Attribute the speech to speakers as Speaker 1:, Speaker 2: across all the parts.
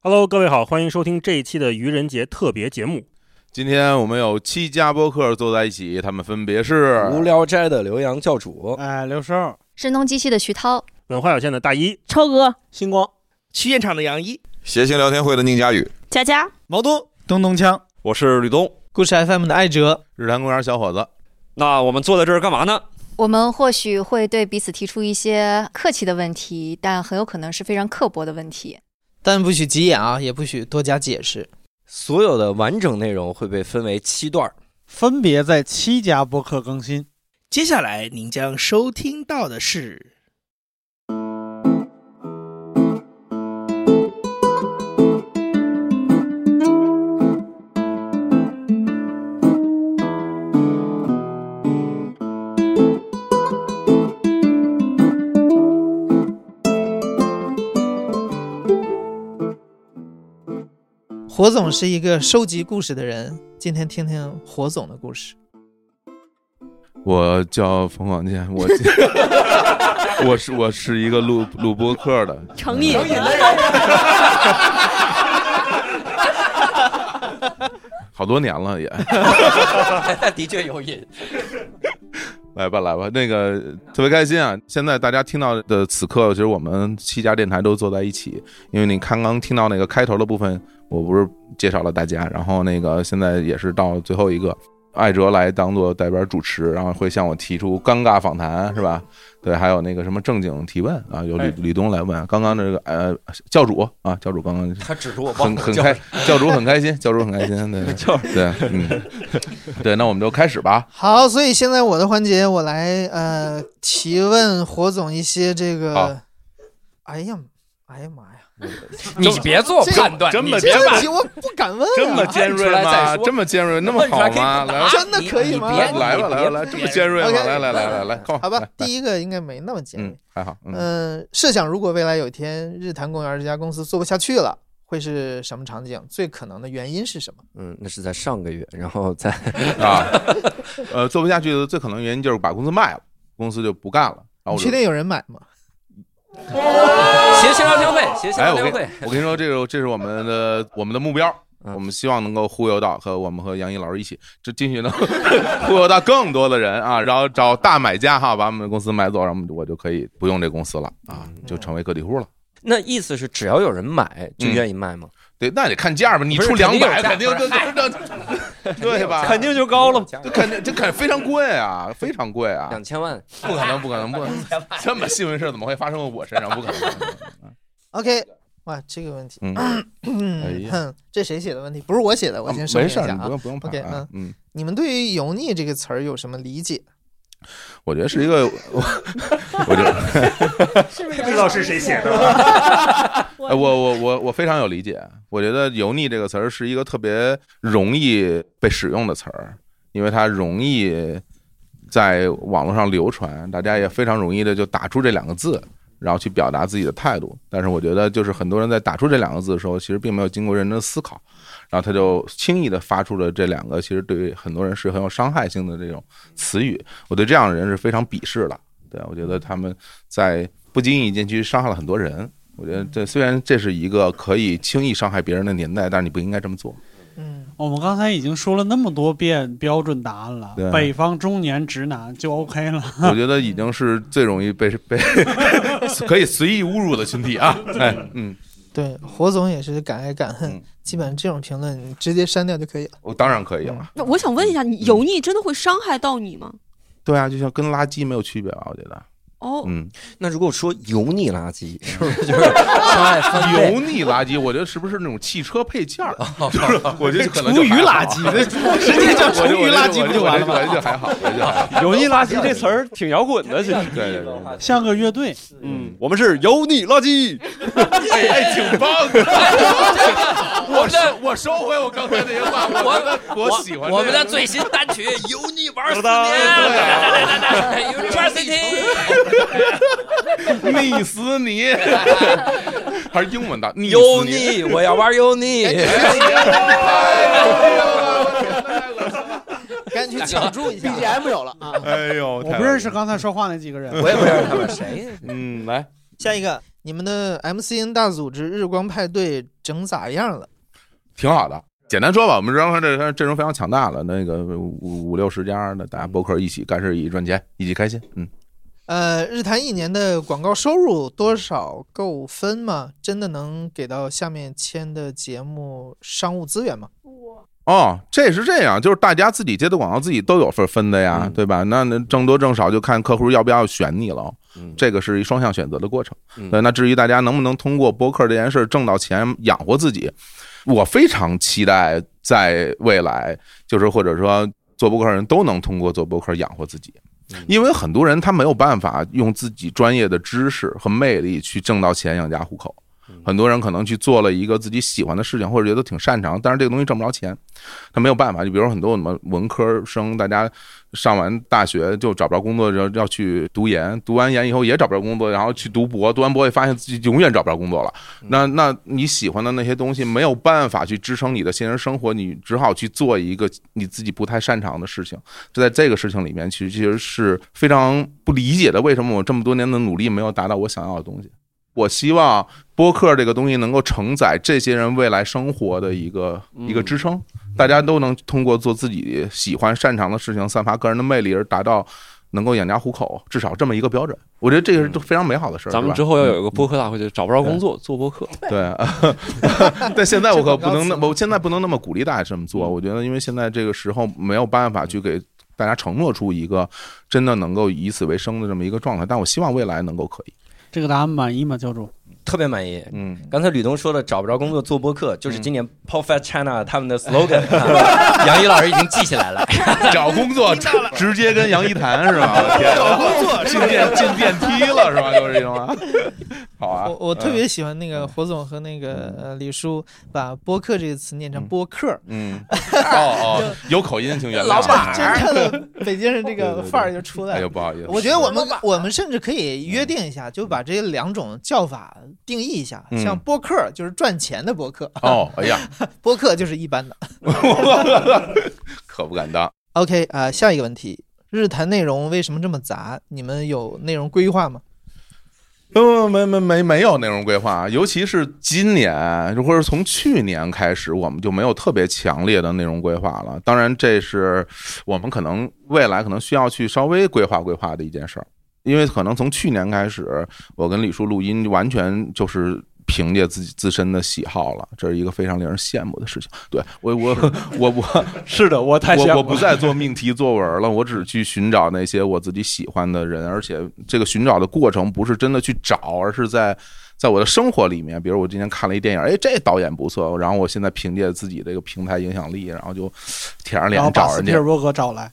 Speaker 1: Hello，各位好，欢迎收听这一期的愚人节特别节目。
Speaker 2: 今天我们有七家播客坐在一起，他们分别是
Speaker 3: 无聊斋的刘洋教主，
Speaker 4: 哎，刘寿，
Speaker 5: 声东击西的徐涛，
Speaker 1: 文化有限的大一，
Speaker 6: 超哥、
Speaker 4: 星光，
Speaker 7: 去现场的杨一，
Speaker 8: 谐星聊天会的宁佳宇，
Speaker 6: 佳佳，
Speaker 7: 毛东，
Speaker 9: 东东锵，
Speaker 8: 我是吕东，
Speaker 7: 故事 FM 的艾哲，
Speaker 2: 日坛公园小伙子。
Speaker 10: 那我们坐在这儿干嘛呢？
Speaker 5: 我们或许会对彼此提出一些客气的问题，但很有可能是非常刻薄的问题。
Speaker 7: 但不许急眼啊，也不许多加解释。
Speaker 3: 所有的完整内容会被分为七段 儿。
Speaker 4: 分别在七家播客更新。
Speaker 11: 接下来您将收听到的是
Speaker 7: 火总是一个收集故事的人，今天听听火总的故事。
Speaker 2: 我叫冯广建，我 我是我是一个录录播客的，
Speaker 6: 成瘾
Speaker 2: 嗯 好多年了也。
Speaker 3: 的确有瘾。
Speaker 2: 来吧，来吧，那个特别开心啊！现在大家听到的此刻，其实我们七家电台都坐在一起，因为你刚刚听到那个开头的部分，我不是介绍了大家，然后那个现在也是到最后一个，艾哲来当做代班主持，然后会向我提出尴尬访谈，是吧？对，还有那个什么正经提问啊，由吕吕东来问啊。刚刚这个呃教主啊，教主刚刚
Speaker 3: 他指出我
Speaker 2: 很很开，教主很开心， 教主很开心，对对，嗯，对，那我们就开始吧。
Speaker 7: 好，所以现在我的环节，我来呃提问火总一些这
Speaker 2: 好
Speaker 7: 个。哎呀，哎呀妈呀！
Speaker 3: 你别做判断，
Speaker 2: 这么
Speaker 3: 你
Speaker 7: 这
Speaker 2: 别
Speaker 7: 个问题我不敢问、啊，
Speaker 2: 这么尖锐
Speaker 3: 按出来
Speaker 2: 吗？
Speaker 3: 再说
Speaker 2: 这么尖锐，那么好吗？来吧嗯
Speaker 7: 真的可以吗
Speaker 3: 你
Speaker 2: 来
Speaker 3: 别
Speaker 2: 吧来吧来吧来吧，这么尖锐吗？
Speaker 7: OK
Speaker 2: 来来来来来，靠，
Speaker 7: 好
Speaker 2: 来
Speaker 7: 吧，
Speaker 2: 来
Speaker 7: 第一个应该没那么尖锐。
Speaker 2: 嗯，还好，嗯，
Speaker 7: 嗯，设想如果未来有一天日坛公园这家公司做不下去了，会是什么场景？最可能的原因是什么？
Speaker 3: 嗯，那是在上个月，然后在
Speaker 2: 啊， 呃，做不下去的最可能原因就是把公司卖了，公司就不干了。然后
Speaker 7: 你
Speaker 2: 我
Speaker 7: 确
Speaker 2: 就
Speaker 7: 定有人买吗？
Speaker 12: 谐星聊天会，谐星
Speaker 2: 哎，
Speaker 12: 聊
Speaker 2: 我
Speaker 12: 天
Speaker 2: 跟
Speaker 12: 会，
Speaker 2: 我跟你说，这是这是我们的我们的目标，
Speaker 3: 嗯
Speaker 2: 我们希望能够忽悠到和我们和杨毅老师一起，这进去能 忽悠到更多的人啊，然后找大买家哈，把我们的公司买走，然后我们我就可以不用这公司了啊，就成为个体户了。
Speaker 3: 那意思是只要有人买就愿意卖吗？
Speaker 2: 对，那得看价吧，你
Speaker 3: 不是
Speaker 2: 出两百肯
Speaker 3: 肯定
Speaker 2: 定
Speaker 3: 有
Speaker 2: 就就对吧？
Speaker 10: 肯定就高了。
Speaker 2: 这肯定这肯非常贵啊，非常贵啊，
Speaker 3: 两千万，
Speaker 2: 不可能，不可能，不可 能，这么新闻事儿怎么会发生在我身上？不可能。
Speaker 7: OK，哇，这个问题，
Speaker 2: 嗯，哎呀嗯
Speaker 7: 哼，这谁写的问题？不是我写的，我先声
Speaker 2: 没
Speaker 7: 明一
Speaker 2: 事儿，
Speaker 7: 下
Speaker 2: 你不
Speaker 7: 啊。
Speaker 2: 用不用怕
Speaker 7: OK，
Speaker 2: 啊。嗯，
Speaker 7: 你们对于“油腻”这个词儿有什么理解？
Speaker 2: 我觉得是一个，我我觉得，
Speaker 1: 不知道是谁写的，
Speaker 2: 哎我我我我非常有理解。我觉得“油腻”这个词儿是一个特别容易被使用的词儿，因为它容易在网络上流传，大家也非常容易的就打出这两个字。然后去表达自己的态度，但是我觉得，就是很多人在打出这两个字的时候，其实并没有经过认真的思考，然后他就轻易的发出了这两个，其实对于很多人是很有伤害性的这种词语。我对这样的人是非常鄙视的。对，我觉得他们在不经意间去伤害了很多人。我觉得这虽然这是一个可以轻易伤害别人的年代，但是你不应该这么 做。
Speaker 7: 嗯，
Speaker 4: 哦我们刚才已经说了那么多遍标准答案了
Speaker 2: 对，
Speaker 4: 北方中年直男就 OK 了。
Speaker 2: 我觉得已经是最容易被 被可以随意侮辱的群体 啊！哎，嗯，
Speaker 7: 对，火总也是敢爱敢恨，
Speaker 2: 嗯
Speaker 7: 基本上这种评论你直接删掉就可以了。
Speaker 2: 我当然可以了。
Speaker 6: 我想问一下，
Speaker 10: 嗯
Speaker 6: 你油腻真的会伤害到你吗？
Speaker 2: 对啊，就像跟垃圾没有区别啊吧？我觉得，
Speaker 6: 哦，
Speaker 2: 嗯，
Speaker 3: 那如果说油腻垃 圾，是不是就是伤害翻
Speaker 4: 哎
Speaker 3: 倍？
Speaker 2: 油腻垃圾，我觉得是不是那种汽车配件儿？
Speaker 4: 哦
Speaker 2: 就是我觉得可能就
Speaker 4: 厨余
Speaker 2: 还好
Speaker 4: 垃圾，那直接叫厨
Speaker 2: 我就
Speaker 4: 余垃圾不就完了
Speaker 2: 我就我
Speaker 4: 吗？
Speaker 2: 就还好，我就还好。
Speaker 10: 油腻垃圾这词儿挺摇滚的，其实。
Speaker 2: 对对对。
Speaker 4: 像个乐队，
Speaker 10: 嗯，我们是油腻垃圾。
Speaker 2: 哎，哎挺棒 的。我收我收回我刚才那些话，我觉得我喜欢这个
Speaker 12: 我们的最新单曲《油腻玩死你》， 油腻玩死你，
Speaker 2: 腻死你， 还是英文的腻
Speaker 12: 油
Speaker 2: 死你。哎
Speaker 12: 腻，我要玩油
Speaker 11: 哎
Speaker 12: 腻。
Speaker 7: 赶紧去抢注一下 BGM 有了啊！
Speaker 2: 哎呦，
Speaker 4: 我不认识刚才说话那几个人。
Speaker 3: 我也不知道他们谁。
Speaker 2: 嗯，来，
Speaker 7: 下一个，你们的 MCN 大组织日光派对整咋样了？
Speaker 2: 挺好的。简单说吧，我们然后这这阵容非常强大了，那个五五六十家的大家博客一起干事，一起赚钱，一起开心。嗯，
Speaker 7: 呃，日坛一年的广告收入多少够分吗？真的能给到下面签的节目商务资源吗？
Speaker 2: 哦，这是这样，就是大家自己接的广告自己都有份分的呀，对吧？那那挣多挣少就看客户要不要选你了，这个是一双向选择的过程。
Speaker 9: 嗯
Speaker 2: 对，那至于大家能不能通过播客这件事儿挣到钱养活自己，我非常期待在未来，就是或者说做播客的人都能通过做播客养活自己。因为很多人他没有办法用自己专业的知识和魅力去挣到钱养家糊口，很多人可能去做了一个自己喜欢的事情，或者觉得挺擅长，但是这个东西挣不着钱，他没有办法。就比如说很多我们文科生，大家上完大学就找不着工作，然后要去读研，读完研以后也找不着工作，然后去读博，读完博也发现自己永远找不着工作了。
Speaker 10: 嗯
Speaker 2: 那那你喜欢的那些东西没有办法去支撑你的现实生活，你只好去做一个你自己不太擅长的事情。这在这个事情里面，其实其实是非常不理解的，为什么我这么多年的努力没有达到我想要的东西。我希望播客这个东西能够承载这些人未来生活的一个
Speaker 10: 嗯
Speaker 2: 一个支撑，大家都能通过做自己喜欢擅长的事情，散发个人的魅力，而达到能够养家糊口，至少这么一个标准。我觉得这个是非常美好的事儿。
Speaker 10: 嗯咱
Speaker 2: 是
Speaker 10: 们
Speaker 2: 吧
Speaker 10: 之后要有一个播客大会，就找不着工作做播客。
Speaker 2: 对，啊 但现在我可不能那，我现在不能那么鼓励大家这么做。我觉得，因为现在这个时候没有办法去给大家承诺出一个真的能够以此为生的这么一个状态。但我希望未来能够可以。
Speaker 4: 这个答案满意吗，教主？
Speaker 9: 特别满意。
Speaker 2: 嗯，
Speaker 9: 刚才吕东说的找不着工作做播客，就是今年 Perfect China 他们 的 slogan，啊嗯杨毅老师已经记起来了。
Speaker 2: 找工作直接跟杨一谈是 吧？我天
Speaker 9: 找工作
Speaker 2: 进电进电梯了是吧？就是这种啊。好啊，嗯
Speaker 7: 我我特别喜欢那个火总和那个呃李叔把播客这个词念成播客，
Speaker 2: 嗯，嗯哦哦，有口音请原谅啊。
Speaker 7: 老板真正的北京人这
Speaker 2: 对
Speaker 7: 个
Speaker 2: 对对
Speaker 7: 范儿就出来
Speaker 2: 哎
Speaker 7: 了
Speaker 2: 呦，。不好意思，
Speaker 7: 我觉得我们我们甚至可以约定一下，就把这两种叫法定义一下。
Speaker 2: 嗯
Speaker 7: 像播客就是赚钱的播客，
Speaker 2: 哦，哎呀，
Speaker 7: 播客就是一般的。
Speaker 2: 可不敢当。
Speaker 7: OK 啊、下一个问题，日谈内容为什么这么杂？你们有内容规划吗？
Speaker 2: 嗯，没没没没有内容规划，啊尤其是今年或者从去年开始，我们就没有特别强烈的内容规划了。当然，这是我们可能未来可能需要去稍微规划规划的一件事儿，因为可能从去年开始，我跟李叔录音完全就是。凭借自己自身的喜好了，这是一个非常令人羡慕的事情。对我，我， 我，我
Speaker 10: 是的，我太羡慕
Speaker 2: 我
Speaker 10: 了
Speaker 2: 我不再做命题作文了，我只去寻找那些我自己喜欢的人，而且这个寻找的过程不是真的去找，而是在在我的生活里面。比如我今天看了一电影，哎，这导演不错，然后我现在凭借自己这个平台影响力，然后就舔着
Speaker 4: 然后
Speaker 2: 脸
Speaker 4: 把
Speaker 2: 找
Speaker 4: 斯
Speaker 2: 人
Speaker 4: 皮
Speaker 2: 家
Speaker 4: 尔。伯格找来，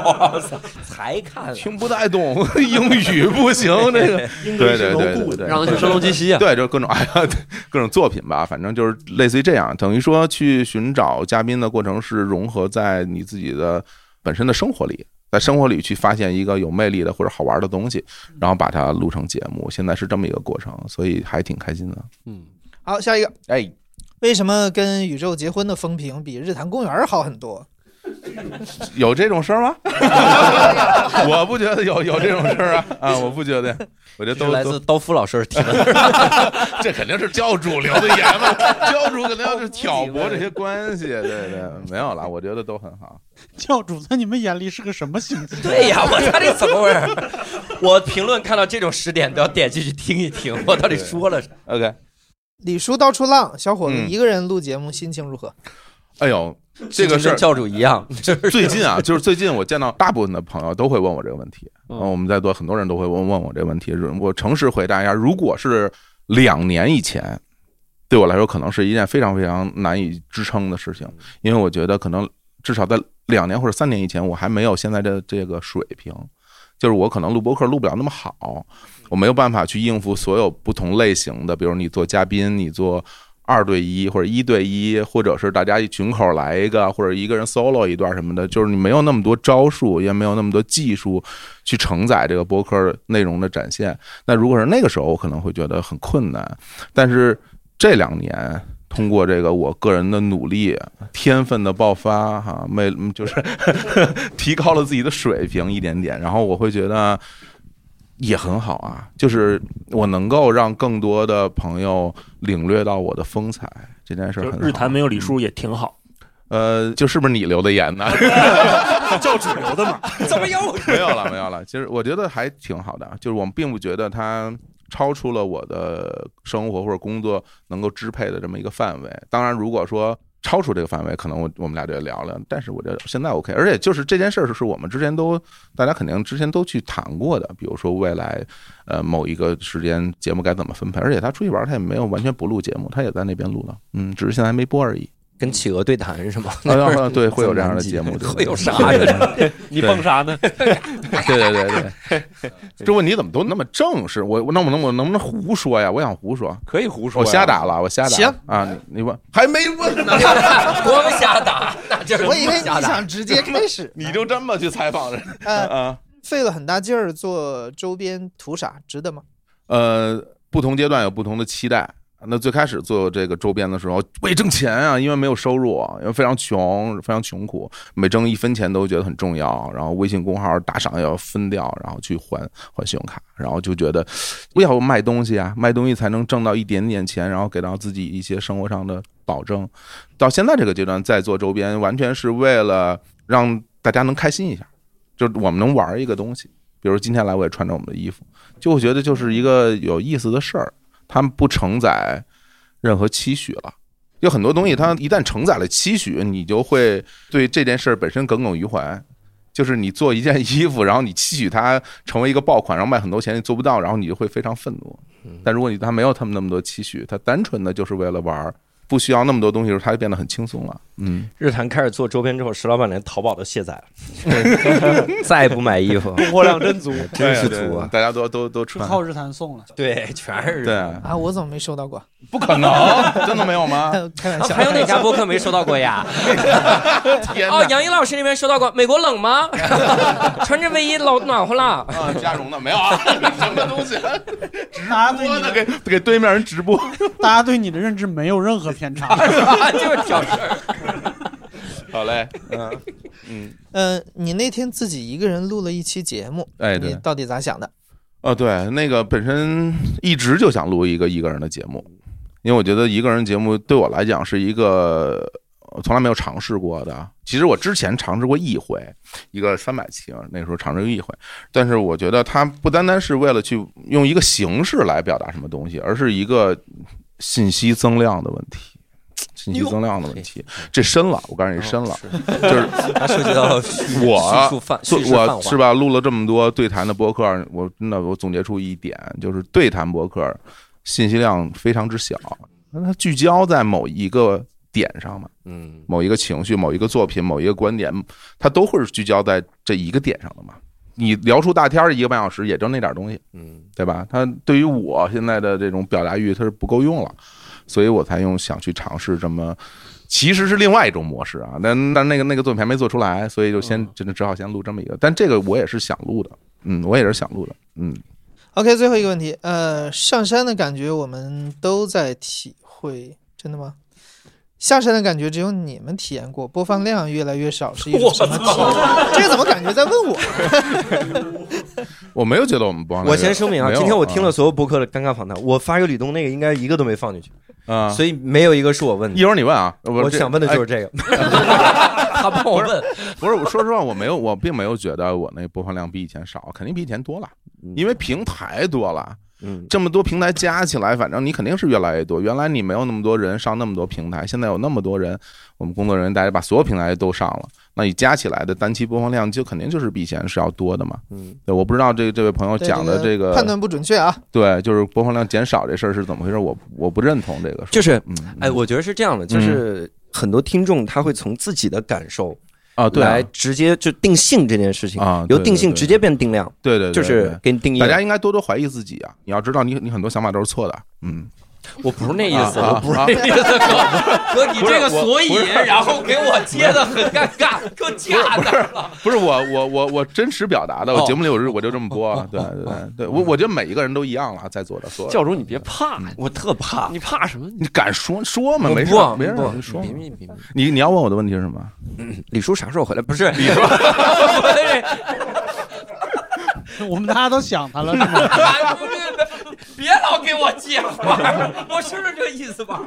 Speaker 9: 才看
Speaker 2: 听不太懂英语不行，这个对对对对对对，
Speaker 10: 让他去声东 击西啊。
Speaker 2: 对，就是各种哎呀， 对各种作品吧，反正就是类似于这样，等于说去寻找嘉宾的过程是融合在你自己的本身的生活里，在生活里去发现一个有魅力的或者好玩的东西，
Speaker 9: 嗯
Speaker 2: 然后把它录成节目，现在是这么一个过程，所以还挺开心的。
Speaker 7: 好，下一个，
Speaker 2: 哎，
Speaker 7: 为什么跟宇宙结婚的风评比日坛公园好很多？
Speaker 2: 有这种事儿吗？ 我不觉得有有这种事儿啊啊，我不觉得，我觉得
Speaker 9: 这
Speaker 2: 都
Speaker 9: 是来
Speaker 2: 都
Speaker 9: 自刀夫老师提的。
Speaker 2: 这肯定是教主留的言嘛，教主肯定要是挑拨这些关系，对对，没有啦，我觉得都很好。
Speaker 4: 教主在你们眼里是个什么形象？
Speaker 9: 对呀，我到底怎么回事？我评论看到这种十点都要点进去听一听， 我到底说了啥？
Speaker 2: OK，
Speaker 7: 李叔到处浪，小伙子
Speaker 2: 嗯
Speaker 7: 一个人录节目，心情如何？
Speaker 2: 哎呦，这个事儿
Speaker 9: 跟教主一样，
Speaker 2: 最近啊， 就是最近我见到大部分的朋友都会问我这个问题，
Speaker 10: 嗯
Speaker 2: 然后我们在座很多人都会问问我这个问题，我诚实回答一下，如果是两年以前。对我来说，可能是一件非常非常难以支撑的事情，因为我觉得可能至少在两年或者三年以前，我还没有现在的这个水平，就是我可能录播客录不了那么好，我没有办法去应付所有不同类型的，比如你做嘉宾，你做二对一或者一对一，或者是大家一群口来一个，或者一个人 solo 一段什么的，就是你没有那么多招数，也没有那么多技术去承载这个播客内容的展现。那如果是那个时候，我可能会觉得很困难，但是这两年。通过这个我个人的努力、天分的爆发，哈、没 就是提高了自己的水平一点点，然后我会觉得也很好啊，就是我能够让更多的朋友领略到我的风采，这件事儿
Speaker 1: 就
Speaker 2: 很
Speaker 1: 日
Speaker 2: 好
Speaker 1: 坛没有李叔也挺好，
Speaker 2: 呃，就是不是你留的言呢？
Speaker 1: 教主留 的嘛，
Speaker 2: 怎么有？ 没有了，没有了。其实我觉得还挺好的，啊就是我们并不觉得它超出了我的生活或者工作能够支配的这么一个范围。当然，如果说超出这个范围，可能我我们俩就聊聊。但是我觉得现在 OK，而且就是这件事儿是我们之前都大家肯定之前都去谈过的，比如说未来呃某一个时间节目该怎么分配。而且他出去玩，他也没有完全不录节目，他也在那边录了，嗯，只是现在还没播而 已。
Speaker 9: 跟企鹅对谈是吗？
Speaker 2: 啊啊对会有这样的节目对
Speaker 9: 会有啥呀？
Speaker 2: 你蹦
Speaker 10: 啥呢？
Speaker 2: 对对对对， 这问题怎么都那么正式？我我那我能我能不能胡说呀？我想胡说，
Speaker 10: 可以 胡说
Speaker 2: 我
Speaker 10: 呀
Speaker 2: 瞎打了，我瞎打。
Speaker 10: 行
Speaker 2: 啊，你你问还没问呢，
Speaker 9: 我们瞎打，那就是
Speaker 7: 我以为你想直接开始，
Speaker 2: 你就这么去采访人
Speaker 7: 呃
Speaker 2: 啊？
Speaker 7: 费了很大劲儿做周边图啥，值得吗？
Speaker 2: 呃，不同阶段有不同的期待。那最开始做这个周边的时候，为挣钱啊，因为没有收入，因为非常穷，非常穷苦，每挣一分钱都觉得很重要。然后微信公号打赏也要分掉，然后去还还信用卡，然后就觉得我要卖东西啊，卖东西才能挣到一点点钱，然后给到自己一些生活上的保证。到现在这个阶段再做周边，完全是为了让大家能开心一下。就是我们能玩一个东西，比如今天来我也穿着我们的衣服，就会觉得就是一个有意思的事儿，他们不承载任何期许了。有很多东西，它一旦承载了期许，你就会对这件事儿本身耿耿于怀。就是你做一件衣服，然后你期许它成为一个爆款，然后卖很多钱，你做不到，然后你就会非常愤怒。但如果你他没有他们那么多期许，他单纯的就是为了玩儿，不需要那么多东西的时候，他就变得很轻松了。嗯，
Speaker 9: 日坛开始做周边之后，石老板连淘宝都卸载了， 再也不买衣服，
Speaker 4: 供货量真足
Speaker 9: 真是
Speaker 2: 对对
Speaker 9: 足啊！
Speaker 2: 大家都都都
Speaker 4: 就
Speaker 2: 穿。
Speaker 4: 靠日坛送了。
Speaker 9: 对，全是
Speaker 2: 哎对
Speaker 7: 啊，我怎么没收到过？
Speaker 2: 不可能，真的没有 吗？
Speaker 7: 开玩 笑，
Speaker 9: 还有哪家播客没收到过 呀？
Speaker 12: 哦，杨一老师那边收到过，美国冷 吗？穿着卫衣老暖和了。
Speaker 2: 啊，加绒的没有 啊？什么东西？啊
Speaker 4: 大家对你
Speaker 2: 的给对面人直播，
Speaker 4: 大家对你的认知没有任何 偏差，
Speaker 12: 就是挑事
Speaker 4: 儿。
Speaker 2: 好嘞，嗯嗯，
Speaker 7: 呃，你那天自己一个人录了一期节目，
Speaker 2: 哎对
Speaker 7: 你到底咋想的？
Speaker 2: 哦，对，那个本身一直就想录一个一个人的节目，因为我觉得一个人节目对我来讲是一个呃从来没有尝试过的。其实我之前尝试过一回，一个三百期啊，那时候尝试过一回。但是我觉得它不单单是为了去用一个形式来表达什么东西，而是一个信息增量的问题。信息增量的问题，这深了，我告诉你深 了，就是
Speaker 9: 它涉及到叙
Speaker 2: 我
Speaker 9: 叙述泛
Speaker 2: 做
Speaker 9: 叙事泛
Speaker 2: 我
Speaker 9: 化
Speaker 2: 是吧？录了这么多对谈的博客，我真的我总结出一点，就是对谈博客信息量非常之小，那它聚焦在某一个点上嘛，
Speaker 9: 嗯，
Speaker 2: 某一个情绪、某一个作品、某一个观点，它都会聚焦在这一个点上的嘛。你聊出大天儿一个半小时，也就那点儿东西，
Speaker 9: 嗯，
Speaker 2: 对吧？它对于我现在的这种表达欲，它是不够用了，所以我才用想去尝试这么。其实是另外一种模式啊，但但那个那个作品还没做出来，所以就先真的只好先录这么一个。但这个我也是想录的，嗯，我也是想录的，嗯，
Speaker 7: OK，最后一个问题，呃，上山的感觉我们都在体会，真的吗？下山的感觉只有你们体验过，播放量越来越少是 一种什么体验？这个怎么感觉在问我？
Speaker 2: 我没有觉得我们不好。
Speaker 9: 我先声明啊，
Speaker 2: 没有
Speaker 9: 今天我听了所有播客的尴尬访谈，我发给吕东那个应该一个都没放进去，
Speaker 2: 啊，
Speaker 9: 所以没有一个是我问的。
Speaker 2: 一会儿你问啊，
Speaker 9: 我
Speaker 2: 这哎
Speaker 9: 想问的就是这个。 他帮我问，
Speaker 2: 不是，我说实话，我没有，我并没有觉得我那播放量比以前少，肯定比以前多了，因为平台多了。
Speaker 9: 嗯，
Speaker 2: 这么多平台加起来，反正你肯定是越来越多。原来你没有那么多人上那么多平台，现在有那么多人，我们工作人员大家把所有平台都上了，那你加起来的单期播放量就肯定就是比以前是要多的嘛。
Speaker 9: 嗯，
Speaker 2: 对，我不知道这这位朋友
Speaker 7: 对
Speaker 2: 讲的这个
Speaker 7: 判断不准确啊。
Speaker 2: 对，就是播放量减少这事儿是怎么回事？我我不认同这个说法，
Speaker 9: 就是
Speaker 2: 嗯，
Speaker 9: 哎，我觉得是这样的，就是很多听众他会从自己的感受
Speaker 2: 啊对啊
Speaker 9: 来直接就定性这件事情
Speaker 2: 啊对
Speaker 9: 由定性
Speaker 2: 对对
Speaker 9: 直接变定量，
Speaker 2: 对对对
Speaker 9: 就是给你定义
Speaker 2: 大
Speaker 9: 了。
Speaker 2: 家应该多多怀疑自己啊！你要知道你，你很多想法都是错的。嗯，
Speaker 9: 我不是那意思，
Speaker 2: 啊
Speaker 9: 我不是
Speaker 2: 啊
Speaker 9: 那意思，哥，哥，你
Speaker 2: 不是
Speaker 9: 这个
Speaker 2: 我
Speaker 9: 所以
Speaker 2: 不是
Speaker 9: 然后给我接的很尴尬， 哥架那儿了。
Speaker 2: 不是我，我我我真实表达的，
Speaker 9: 哦
Speaker 2: 我节目里我是我就这么播。啊对对对对，我我觉得每一个人都一样了，在座的所有人
Speaker 10: 教主，你别怕，
Speaker 9: 我特怕。
Speaker 10: 你怕什么？
Speaker 2: 你敢说说吗？
Speaker 9: 我
Speaker 2: 没事
Speaker 9: 不啊，
Speaker 2: 没事
Speaker 9: 不啊，
Speaker 2: 你说
Speaker 9: 别
Speaker 2: 嘛
Speaker 9: 别别别
Speaker 2: 你你要问我的问题是什么？
Speaker 9: 李叔啥时候回来？不是
Speaker 2: 李叔，
Speaker 4: 我们大家都想他了，是吗？
Speaker 12: 别老给我接话儿，我是不是这意思吧？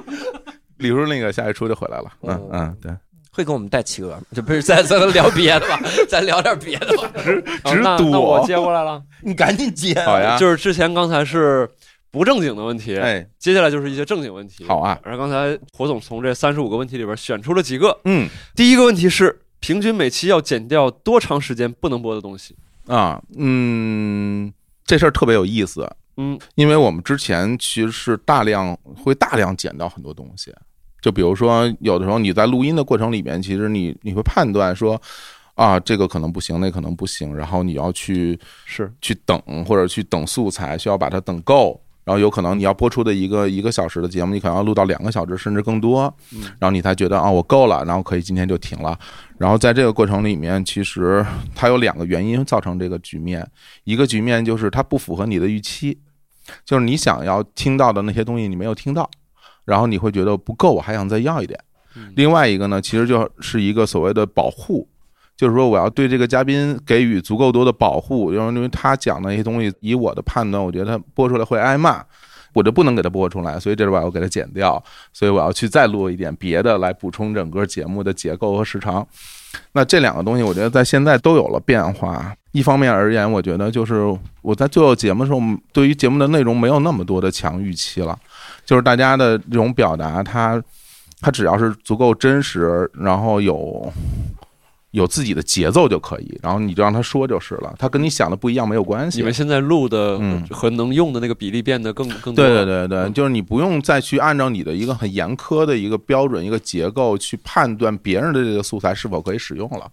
Speaker 2: 李叔那个下一出就回来了，嗯嗯，对，
Speaker 9: 会给我们带企鹅，这不是咱咱聊别 的吧？咱聊点别的吧。
Speaker 2: 直
Speaker 9: 哦
Speaker 10: 直那那我接过 来了，
Speaker 9: 你赶紧接。
Speaker 2: 啊
Speaker 10: 就是之前刚才是不正经的问题，
Speaker 2: 哎，
Speaker 10: 接下来就是一些正经问题。
Speaker 2: 好啊。
Speaker 10: 然后刚才火总从这三十五个问题里边选出了几个，
Speaker 2: 嗯，
Speaker 10: 第一个问题是平均每期要剪掉多长时间不能播的东西？
Speaker 2: 啊，嗯，这事儿特别有意思，啊
Speaker 10: 嗯，
Speaker 2: 因为我们之前其实是大量会大量捡到很多东西，就比如说有的时候你在录音的过程里面，其实你你会判断说。啊，这个可能不行，那可能不行，然后你要去
Speaker 10: 是
Speaker 2: 去等或者去等素材，需要把它等够，然后有可能你要播出的一个一个小时的节目，你可能要录到两个小时甚至更多，然后你才觉得啊我够了，然后可以今天就停了。然后在这个过程里面，其实它有两个原因造成这个局面，一个局面就是它不符合你的预期，就是你想要听到的那些东西你没有听到，然后你会觉得不够，我还想再要一点。另外一个呢，其实就是一个所谓的保护，就是说我要对这个嘉宾给予足够多的保护，因为因为他讲的一些东西，以我的判断，我觉得他播出来会挨骂，我就不能给他播出来，所以这是我要给他剪掉，所以我要去再录一点别的来补充整个节目的结构和时长。那这两个东西，我觉得在现在都有了变化。一方面而言，我觉得就是我在最后节目的时候，对于节目的内容没有那么多的强预期了，就是大家的这种表达，它它只要是足够真实，然后有有自己的节奏就可以，然后你就让他说就是了，他跟你想的不一样没有关系。嗯
Speaker 10: 你们现在录的和能用的那个比例变得更更多。嗯
Speaker 2: 对对对对，就是你不用再去按照你的一个很严苛的一个标准、一个结构去判断别人的这个素材是否可以使用了。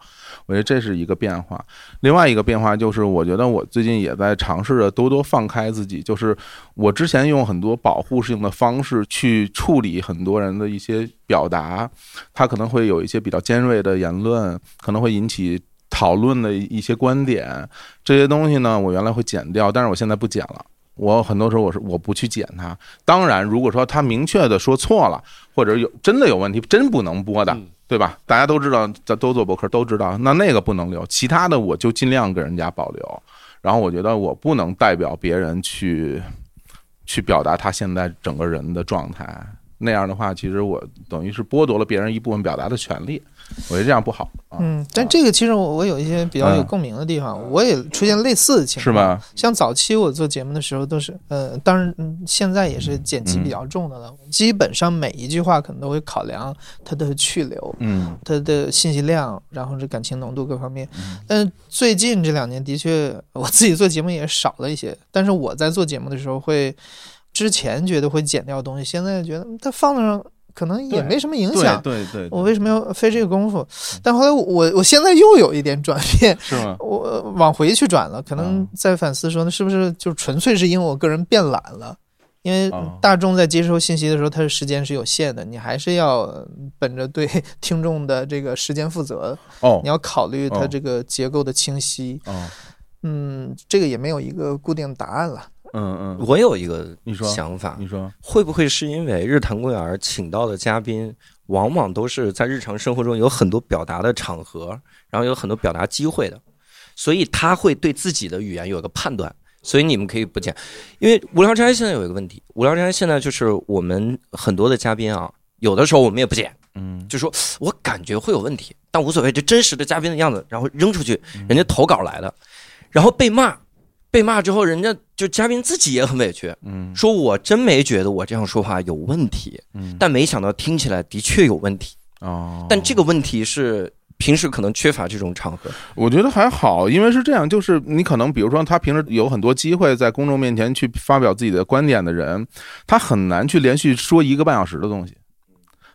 Speaker 2: 我觉得这是一个变化。另外一个变化就是，我觉得我最近也在尝试着多多放开自己，就是我之前用很多保护性的方式去处理很多人的一些表达，他可能会有一些比较尖锐的言论，可能会引起。讨论的一些观点，这些东西呢，我原来会剪掉，但是我现在不剪了。我很多时候我是我不去剪它。当然，如果说他明确的说错了，或者有真的有问题，真不能播的，对吧？大家都知道，咱都做博客都知道，那那个不能留，其他的我就尽量给人家保留。然后我觉得我不能代表别人去去表达他现在整个人的状态，那样的话，其实我等于是剥夺了别人一部分表达的权利，我觉得这样不好。啊
Speaker 7: 嗯，但这个其实我我有一些比较有
Speaker 2: 嗯
Speaker 7: 共鸣的地方，我也出现类似的情
Speaker 2: 是
Speaker 7: 况，
Speaker 2: 吧？
Speaker 7: 像早期我做节目的时候都是，呃，当然，嗯，现在也是剪
Speaker 2: 嗯
Speaker 7: 辑比较重的了，基本上每一句话可能都会考量它的去留，
Speaker 2: 嗯，
Speaker 7: 它的信息量，然后是感情浓度各方面。但是最近这两年的确，我自己做节目也少了一些，但是我在做节目的时候会，之前觉得会剪掉东西，现在觉得嗯它放在上。可能也没什么影响，
Speaker 2: 对对对对
Speaker 7: 我为什么要费这个功夫？但后来我我现在又有一点转变，
Speaker 2: 是吗
Speaker 7: 我呃往回去转了，可
Speaker 2: 嗯
Speaker 7: 能在反思说，那是不是就纯粹是因为我个人变懒了？因为
Speaker 2: 哦
Speaker 7: 大众在接收信息的时候，它的时间是有限的，你还是要呃本着对 听众的这个时间负责。
Speaker 2: 哦
Speaker 7: 你要考虑它
Speaker 2: 哦
Speaker 7: 这个结构的清晰。
Speaker 2: 哦
Speaker 7: 嗯，这个也没有一个固定答案了。
Speaker 2: 嗯
Speaker 9: 嗯，我有一个
Speaker 2: 你说
Speaker 9: 想法，
Speaker 2: 你说
Speaker 9: 会不会是因为日坛公园请到的嘉宾，往往都是在日常生活中有很多表达的场合，然后有很多表达机会的，所以他会对自己的语言有一个判断。所以你们可以不讲，因为无聊斋现在有一个问题，无聊斋现在就是我们很多的嘉宾啊，有的时候我们也不剪，
Speaker 2: 嗯，
Speaker 9: 就说我感觉会有问题，但无所谓，这真实的嘉宾的样子，然后扔出去，
Speaker 10: 嗯
Speaker 9: 人家投稿来的，然后被骂，被骂之后，人家就嘉宾自己也很委屈，
Speaker 2: 嗯，
Speaker 9: 说我真没觉得我这样说话有问题，
Speaker 2: 嗯，
Speaker 9: 但没想到听起来的确有问题，
Speaker 2: 哦，
Speaker 9: 但这个问题是平时可能缺乏这种场合，
Speaker 2: 我觉得还好，因为是这样，就是你可能比如说他平时有很多机会在公众面前去发表自己的观点的人，他很难去连续说一个半小时的东西。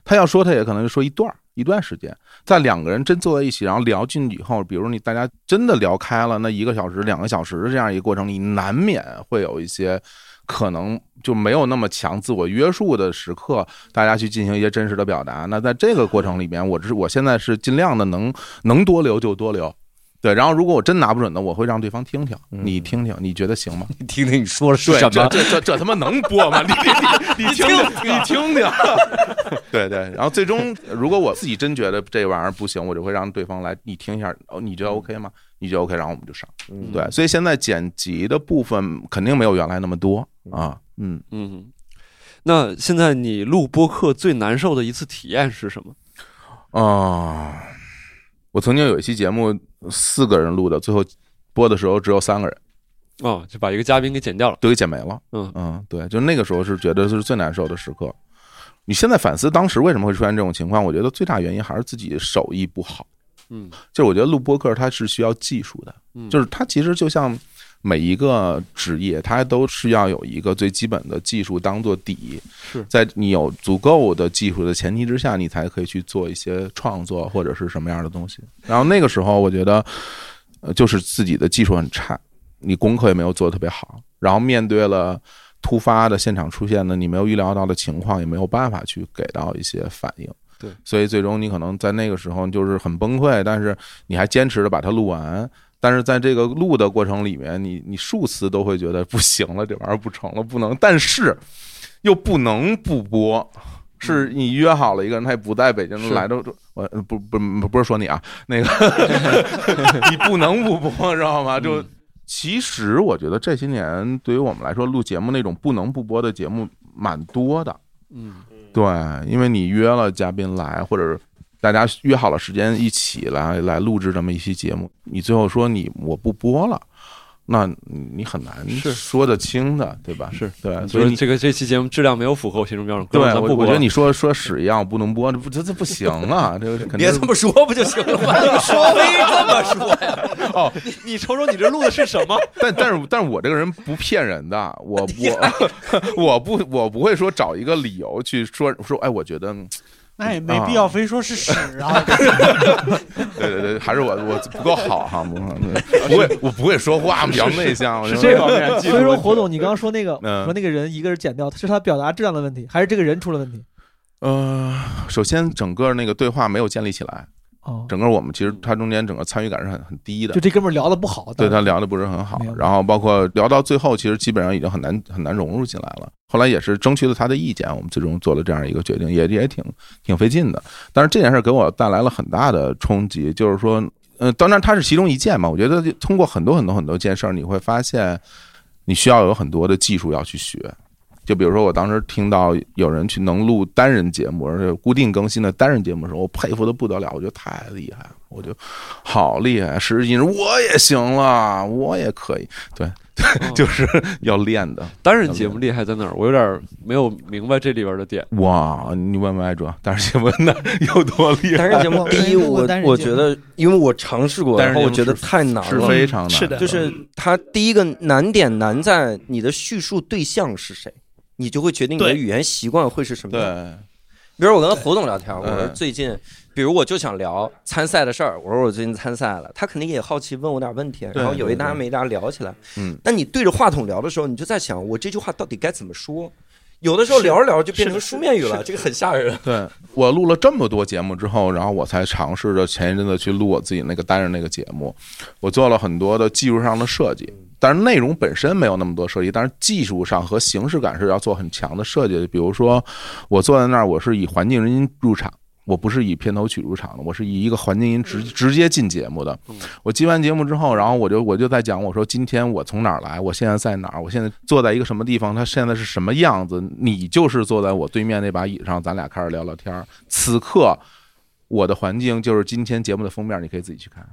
Speaker 2: 他要说，他也可能就说一段儿一段时间，在两个人真坐在一起，然后聊进去以后，比如你大家真的聊开了，那一个小时、两个小时的这样一个过程里，难免会有一些可能就没有那么强自我约束的时刻，大家去进行一些真实的表达。那在这个过程里面，我只是我现在是尽量的能能多留就多留。对，然后如果我真拿不准的，我会让对方听听，你听听，你觉得行吗？你
Speaker 9: 听听你说了是什
Speaker 2: 这
Speaker 9: 么
Speaker 2: 这这这他妈能播吗？你你你你听你听听， 对对，然后最终如果我自己真觉得这玩意儿不行，我就会让对方来，你听一下，哦，你觉得 OK 吗？你就 OK，然后我们就上。
Speaker 10: 嗯
Speaker 2: 对，所以现在剪辑的部分肯定没有原来那么多啊。嗯
Speaker 10: 嗯，那现在你录播客最难受的一次体验是什么？
Speaker 2: 啊，我曾经有一期节目四个人录的，最后播的时候只有三个人，
Speaker 10: 哦，就把一个嘉宾给剪掉了。
Speaker 2: 都给剪没了。
Speaker 10: 嗯
Speaker 2: 嗯，对，就那个时候是觉得是最难受的时刻。你现在反思当时为什么会出现这种情况，我觉得最大原因还是自己手艺不好。
Speaker 10: 嗯
Speaker 2: 就是我觉得录播客它是需要技术的，
Speaker 10: 嗯
Speaker 2: 就是它其实就像每一个职业，它都是要有一个最基本的技术当做底，
Speaker 10: 是
Speaker 2: 在你有足够的技术的前提之下，你才可以去做一些创作或者是什么样的东西。然后那个时候，我觉得呃就是自己的技术很差，你功课也没有做得特别好，然后面对了。突发的现场出现的你没有预料到的情况，也没有办法去给到一些反应。
Speaker 10: 对，
Speaker 2: 所以最终你可能在那个时候就是很崩溃，但是你还坚持着把它录完。但是在这个录的过程里面，你你数次都会觉得不行了，这玩意儿不成了，不能。但是又不能不播，是你约好了一个人，他也不在北京，
Speaker 10: 是
Speaker 2: 来到我呃不不不不是说你啊， 那个你不能不播，知道
Speaker 10: 嗯
Speaker 2: 吗？就其实我觉得这些年对于我们来说，录节目那种不能不播的节目蛮多的，
Speaker 10: 嗯
Speaker 2: 对，因为你约了嘉宾来，或者大家约好了时间一起来来录制这么一期节目，你最后说你我不播了，那你很难说得清的，对吧？
Speaker 10: 是
Speaker 2: 对，
Speaker 10: 你
Speaker 2: 所以
Speaker 10: 说
Speaker 2: 你
Speaker 10: 这个这期节目质量没有符合我心中标准，哥
Speaker 2: 对
Speaker 10: 们儿咱
Speaker 2: 我
Speaker 10: 不播
Speaker 2: 我觉得
Speaker 10: 了
Speaker 2: 你说说屎一样不能播，这不这这不行 啊，这个肯定
Speaker 9: 别
Speaker 2: 是
Speaker 9: 这么说不就行了吗？
Speaker 12: 这么说
Speaker 9: 非 这么说呀？
Speaker 2: 哦，
Speaker 10: 你瞅瞅你这录的是什么？
Speaker 2: 但但是但是我这个人不骗人的，我我我不我不会说找一个理由去说说，哎，我觉得嗯
Speaker 4: 那也没必要非说是屎 啊。
Speaker 2: 对对对，还是我我不够好哈，不不会我不会说话，比较内向，我觉得
Speaker 13: 所以说，火总，你刚刚说那个
Speaker 2: 嗯
Speaker 13: 说那个人一个人剪掉，是他表达质量的问题，还是这个人出了问题？
Speaker 2: 呃，首先整个那个对话没有建立起来，
Speaker 13: 哦
Speaker 2: 整个我们其实它中间整个参与感是很很低的，
Speaker 13: 就这哥们儿聊的不好，
Speaker 2: 对他聊的不是很好
Speaker 13: 明，白
Speaker 2: 然后包括聊到最后，其实基本上已经很难很难融入进来了。后来也是争取了他的意见，我们最终做了这样一个决定，也也挺挺费劲的。但是这件事给我带来了很大的冲击，就是说，呃，当然它是其中一件嘛。我觉得就通过很多很多很多件事儿，你会发现你需要有很多的技术要去学。就比如说，我当时听到有人去能录单人节目，而且固定更新的单人节目的时候，我佩服的不得了，我觉得太厉害了，我就好厉害，啊实际上我也行了，我也可以，对， 对，就是要练的。
Speaker 10: 哦单人节目厉害在哪儿？我有点没有明白这里边的点。
Speaker 2: 哇，你问问艾卓，单人节目那有多厉 害？
Speaker 9: 单人节目， 第一，我我觉得，因为我尝试过，
Speaker 2: 单
Speaker 9: 然
Speaker 2: 人
Speaker 9: 后我
Speaker 2: 节目
Speaker 9: 觉得
Speaker 2: 是
Speaker 9: 太难了，
Speaker 2: 是非常难是的
Speaker 9: 就是它第一个难点难在你的叙述对象是谁，你就会决定你的
Speaker 2: 对
Speaker 9: 语言习惯会是什么样
Speaker 2: 对。
Speaker 9: 比如我跟胡总聊天，我
Speaker 2: 嗯
Speaker 9: 说最近，比如我就想聊参赛的事儿，我说我最近参赛了，他肯定也好奇问我点问题，啊
Speaker 2: 对
Speaker 9: 然后有一
Speaker 2: 对
Speaker 9: 搭
Speaker 2: 对
Speaker 9: 没搭聊起来。
Speaker 2: 嗯，
Speaker 9: 但你对着话筒聊的时候，你就在想我这句话到底该怎么说。有的时候聊着聊着就变成书面语了，这个很吓人。
Speaker 2: 对我录了这么多节目之后，然后我才尝试着前一阵子去录我自己那个单人那个节目，我做了很多的技术上的设计，但是内容本身没有那么多设计，但是技术上和形式感是要做很强的设计的。比如说，我坐在那儿，我是以环境音入场。我不是以片头曲入场的，我是以一个环境音
Speaker 10: 嗯
Speaker 2: 直直接进节目的。我进完节目之后，然后我就我就在讲，我说今天我从哪儿来，我现在在哪儿，我现在坐在一个什么地方，他现在是什么样子。你就是坐在我对面那把椅子上，咱俩开始聊聊天儿。此刻我的环境就是今天节目的封面，你可以自己去看。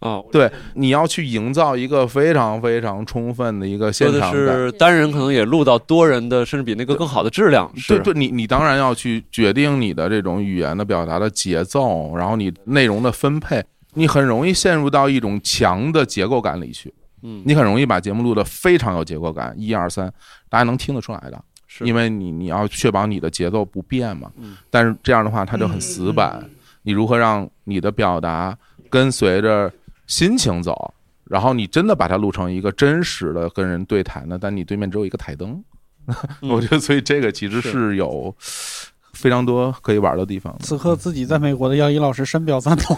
Speaker 10: 啊，
Speaker 2: 对，你要去营造一个非常非常充分的一个
Speaker 10: 说
Speaker 2: 现
Speaker 10: 的
Speaker 2: 场感。
Speaker 10: 是单人可能也录到多人的，甚至比那个更好的质量。是
Speaker 2: 对对，你你当然要去决定你的这种语言的表达的节奏，然后你内容的分配，你很容易陷入到一种强的结构感里去。
Speaker 10: 嗯
Speaker 2: 你很容易把节目录得非常有结构感，一二三，大家能听得出来的，
Speaker 10: 是
Speaker 2: 因为你你要确保你的节奏不变嘛。
Speaker 10: 嗯
Speaker 2: 但是这样的话，它就很死板。你如何让你的表达跟随着心情走？然后你真的把它录成一个真实的跟人对谈的，但你对面只有一个台灯， 我觉得，所以这个其实
Speaker 4: 是
Speaker 2: 是有非常多可以玩的地方的。
Speaker 4: 此刻自己在美国的杨一老师深表赞同。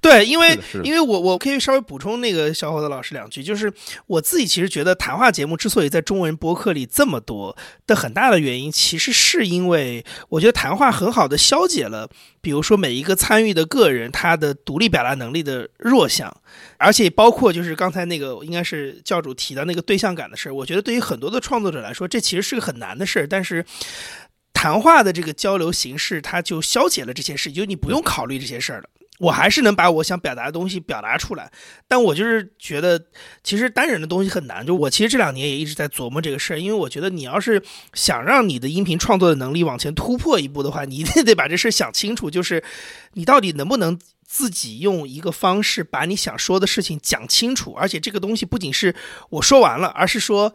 Speaker 11: 对，因为
Speaker 2: 是的是的
Speaker 11: 因为我我可以稍微补充那个小伙子老师两句，就是我自己其实觉得谈话节目之所以在中文播客里这么多的很大的原因，其实是因为我觉得谈话很好的消解了，比如说每一个参与的个人他的独立表达能力的弱项，而且包括就是刚才那个应该是教主提到那个对象感的事儿，我觉得对于很多的创作者来说，这其实是个很难的事儿，但是。谈话的这个交流形式，它就消解了这些事，就你不用考虑这些事儿了。我还是能把我想表达的东西表达出来，但我就是觉得，其实单人的东西很难。就我其实这两年也一直在琢磨这个事儿，因为我觉得你要是想让你的音频创作的能力往前突破一步的话，你一定得把这事儿想清楚，就是你到底能不能自己用一个方式把你想说的事情讲清楚，而且这个东西不仅是我说完了，而是说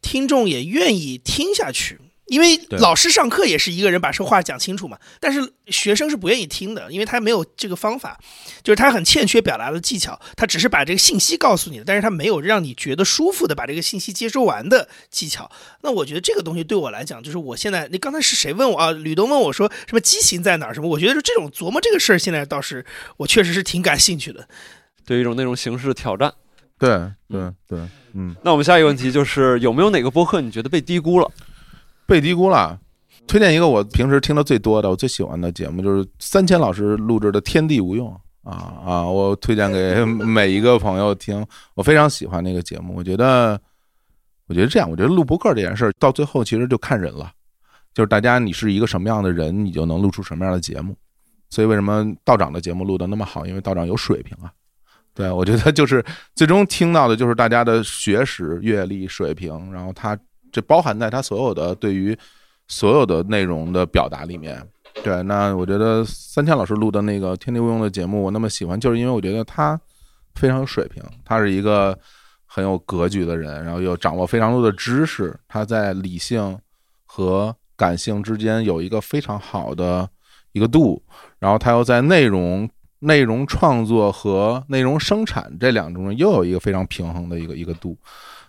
Speaker 11: 听众也愿意听下去。因为
Speaker 12: 对
Speaker 11: 老师上课也是一个人把这话讲清楚嘛，但是学生是不愿意听的，因为他没有这个方法，就是他很欠缺表达的技巧，他只是把这个信息告诉你了，但是他没有让你觉得舒服的把这个信息接收完的技巧。那我觉得这个东西对我来讲，就是我现在，你刚才是谁问我啊？吕东问我说什么激情在哪儿什么？我觉得这种琢磨这个事儿，现在倒是我确实是挺感兴趣的。
Speaker 10: 对一种那种形式的挑战。
Speaker 2: 对对对，嗯。
Speaker 10: 那我们下一个问题就是有没有哪个播客你觉得被低估了？
Speaker 2: 被低估了。推荐一个我平时听的最多的、我最喜欢的节目，就是三千老师录制的《天地无用》啊啊！我推荐给每一个朋友听，我非常喜欢那个节目。我觉得，我觉得这样，我觉得录播客这件事儿到最后其实就看人了，就是大家你是一个什么样的人，你就能录出什么样的节目。所以为什么道长的节目录得那么好？因为道长有水平啊。对，我觉得就是最终听到的就是大家的学识、阅历、水平，然后他这包含在他所有的对于所有的内容的表达里面。对，那我觉得三千老师录的那个《天地无用》的节目，我那么喜欢，就是因为我觉得他非常有水平，他是一个很有格局的人，然后又掌握非常多的知识，他在理性和感性之间有一个非常好的一个度，然后他又在内容内容创作和内容生产这两中又有一个非常平衡的一个一个度，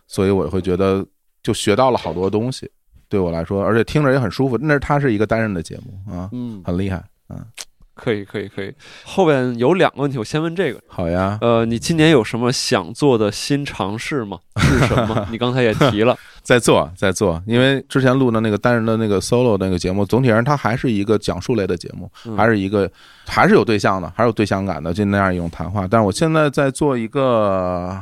Speaker 2: 所以我会觉得就学到了好多东西，对我来说，而且听着也很舒服。那它是一个单人的节目啊，
Speaker 10: 嗯，
Speaker 2: 很厉害，嗯，
Speaker 10: 可以，可以，可以。后边有两个问题，我先问这个。
Speaker 2: 好呀，
Speaker 10: 呃，你今年有什么想做的新尝试吗？是什么？你刚才 也提了，
Speaker 2: 在做，在做，因为之前录的那个单人的那个 solo 那个节目，总体而言它还是一个讲述类的节目，
Speaker 10: 嗯
Speaker 2: 还是一个还是有对象的，还是有对象感的，就那样一种谈话。但是我现在在做一个。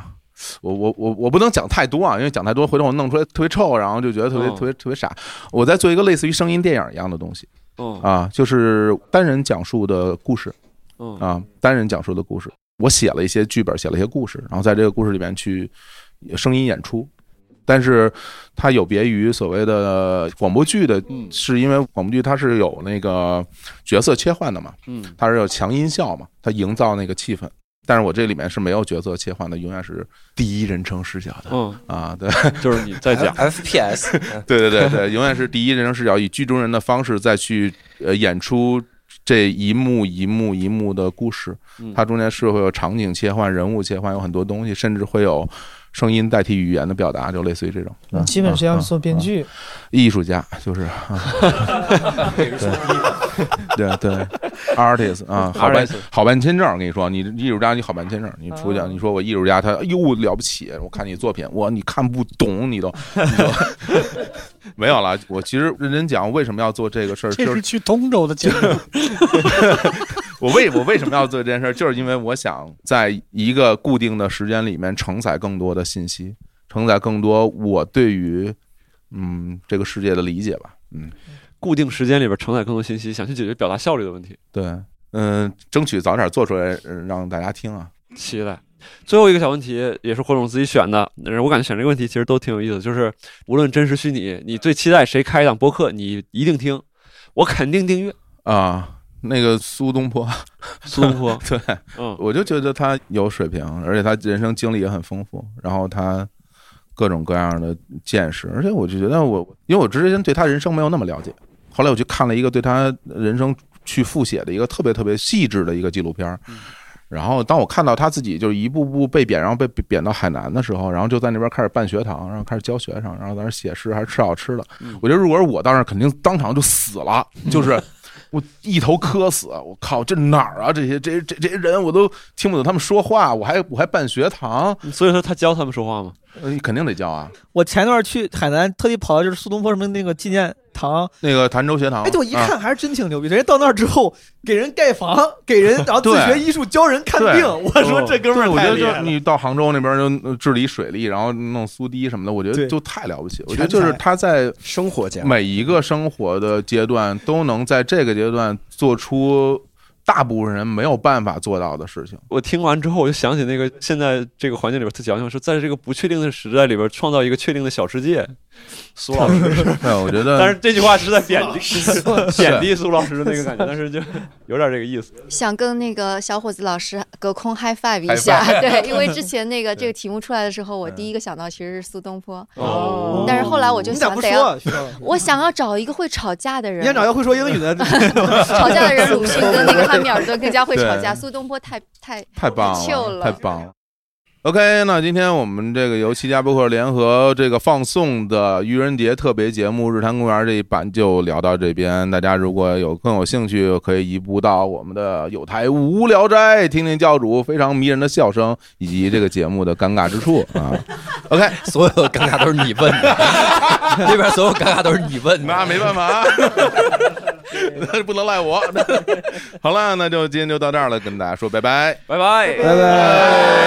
Speaker 2: 我我我我不能讲太多啊，因为讲太多，回头我弄出来特别臭，然后就觉得特别、
Speaker 10: 哦
Speaker 2: 特别特别傻。我在做一个类似于声音电影一样的东西，
Speaker 10: 嗯
Speaker 2: 啊，就是单人讲述的故事，
Speaker 10: 嗯
Speaker 2: 啊，单人讲述的故事。我写了一些剧本，写了一些故事，然后在这个故事里面去呃声音演出。但是它有别于所谓的广播剧的，
Speaker 10: 嗯
Speaker 2: 是因为广播剧它是有那个角色切换的嘛，
Speaker 10: 嗯
Speaker 2: 它是有强音效嘛，它营造那个气氛。但是我这里面是没有角色切换的，永远是第一人称视角的。
Speaker 10: 嗯
Speaker 2: 啊，对，
Speaker 10: 就是你在讲
Speaker 9: FPS
Speaker 2: 对对对对，永远是第一人称视角，以剧中人的方式再去呃演出这一幕一幕一幕的故事
Speaker 10: 嗯。
Speaker 2: 它中间是会有场景切换、人物切换，有很多东西，甚至会有声音代替语言的表达，就类似于这种。嗯
Speaker 7: 基本是要做编剧，
Speaker 2: 艺术家 就是，啊对 对对，artist 啊，好办
Speaker 10: Artist
Speaker 2: 好办签证，我跟你说，你艺术家你好办签证，你出去
Speaker 10: 哦
Speaker 2: 你说我艺术家，他哎呦了不起，我看你作品，我你看不懂，你都 你都没有了。我其实认真讲，为什么要做这 个事儿，
Speaker 4: 这
Speaker 2: 就是
Speaker 4: 去通州的节目，
Speaker 2: 我为我为什么要做这件事儿，就是因为我想在一个固定的时间里面承载更多的信息，承载更多我对于嗯这个世界的理解吧。嗯，
Speaker 10: 固定时间里边承载更多信息，想去解决表达效率的问题。
Speaker 2: 对，嗯、争取早点做出来呃让大家听啊。
Speaker 10: 期待。最后一个小问题也是霍总自己选的，呃我感觉选这个问题其实都挺有意思的，就是无论真实虚拟，你最期待谁开一档播客，你一定听，我肯定订阅。
Speaker 2: 啊，那个苏东坡，
Speaker 10: 苏 东坡
Speaker 2: 对，
Speaker 9: 哦
Speaker 10: 嗯
Speaker 2: 我就觉得他有水平，而且他人生经历也很丰富，然后他各种各样的见识，而且我就觉得我，因为我之前对他人生没有那么了解，后来我去看了一个对他人生去复写的一个特别特别细致的一个纪录片儿。然后，当我看到他自己就是一步步被贬，然后被贬到海南的时候，然后就在那边开始办学堂，然后开始教学生，然后在那儿写诗，还吃好吃的。我觉得如果是我到那儿，肯定当场就死了，就是我一头磕死，我靠，这哪儿啊？这些这这这些人我都听不懂他们说话，我还我还办学堂，
Speaker 9: 所以说他教他们说话吗？
Speaker 2: 呃，肯定得教啊。
Speaker 11: 我前段去海南，特地跑到就是苏东坡什么那个纪念堂，
Speaker 2: 那个潭州学堂，
Speaker 11: 哎，对我一看
Speaker 2: 啊
Speaker 11: 还是真挺牛逼的。人家到那儿之后，给人盖房，给人然后自学
Speaker 2: 对
Speaker 11: 医术，教人看
Speaker 2: 对哦
Speaker 11: 病。我说这哥们
Speaker 2: 对
Speaker 11: 儿
Speaker 2: 我觉
Speaker 11: 太
Speaker 2: 得
Speaker 11: 厉
Speaker 2: 就
Speaker 11: 害了。
Speaker 2: 你到杭州那边就呃治理水利，然后弄苏堤什么的，我觉得
Speaker 11: 对
Speaker 2: 就太了不起。我
Speaker 11: 全
Speaker 2: 觉得就是
Speaker 11: 才
Speaker 2: 他在
Speaker 4: 生活家
Speaker 2: 每一个生活的阶段都能在这个阶段做出大部分人没有办法做到的事 情。，
Speaker 9: 我听完之后，我就想起那个现在这个环境里边特矫情，说在这个不确定的时代里边创造一个确定的小世界。苏老师
Speaker 2: 对我觉得
Speaker 9: 但是这句 话是在贬低
Speaker 2: 苏老师
Speaker 9: 贬低苏老师的那个感觉，但是就有点这个意思。
Speaker 5: 想跟那个小伙子老师隔空 high five 一下
Speaker 9: high five，
Speaker 5: 对，因为之前那 个这个题目出来的时候，我第一个想到其实是苏东坡，
Speaker 11: 嗯哦
Speaker 5: 但是后来我就
Speaker 11: 你咋
Speaker 5: 想
Speaker 11: 不
Speaker 5: 得
Speaker 11: 说
Speaker 5: 要
Speaker 11: 啊徐老师，
Speaker 5: 我想要找一个会吵架的人
Speaker 11: 你，想找一个会说英语的，
Speaker 5: 吵
Speaker 11: 吵
Speaker 5: 架的人，鲁迅跟 那个汉密尔顿更加会吵架，
Speaker 2: 对
Speaker 5: 苏东坡太太
Speaker 2: 太棒
Speaker 5: 太 chill 了
Speaker 2: 太棒了。OK，那今天我们这个由七家播客联合这个放送的愚人节特别节目《日坛公园》这一版就聊到这边。大家如果有更有兴趣，可以移步到我们的有台无聊斋，听听教主非常迷人的笑声以及这个节目的尴尬之处啊。OK，
Speaker 14: 所有尴尬都是你问 的，那边所有尴尬都是你问的，
Speaker 2: 那没办法 啊，那不能赖 我。好了，那就今天就到这儿了，跟大家说拜拜，
Speaker 9: 拜拜，
Speaker 2: 拜拜。
Speaker 1: 哎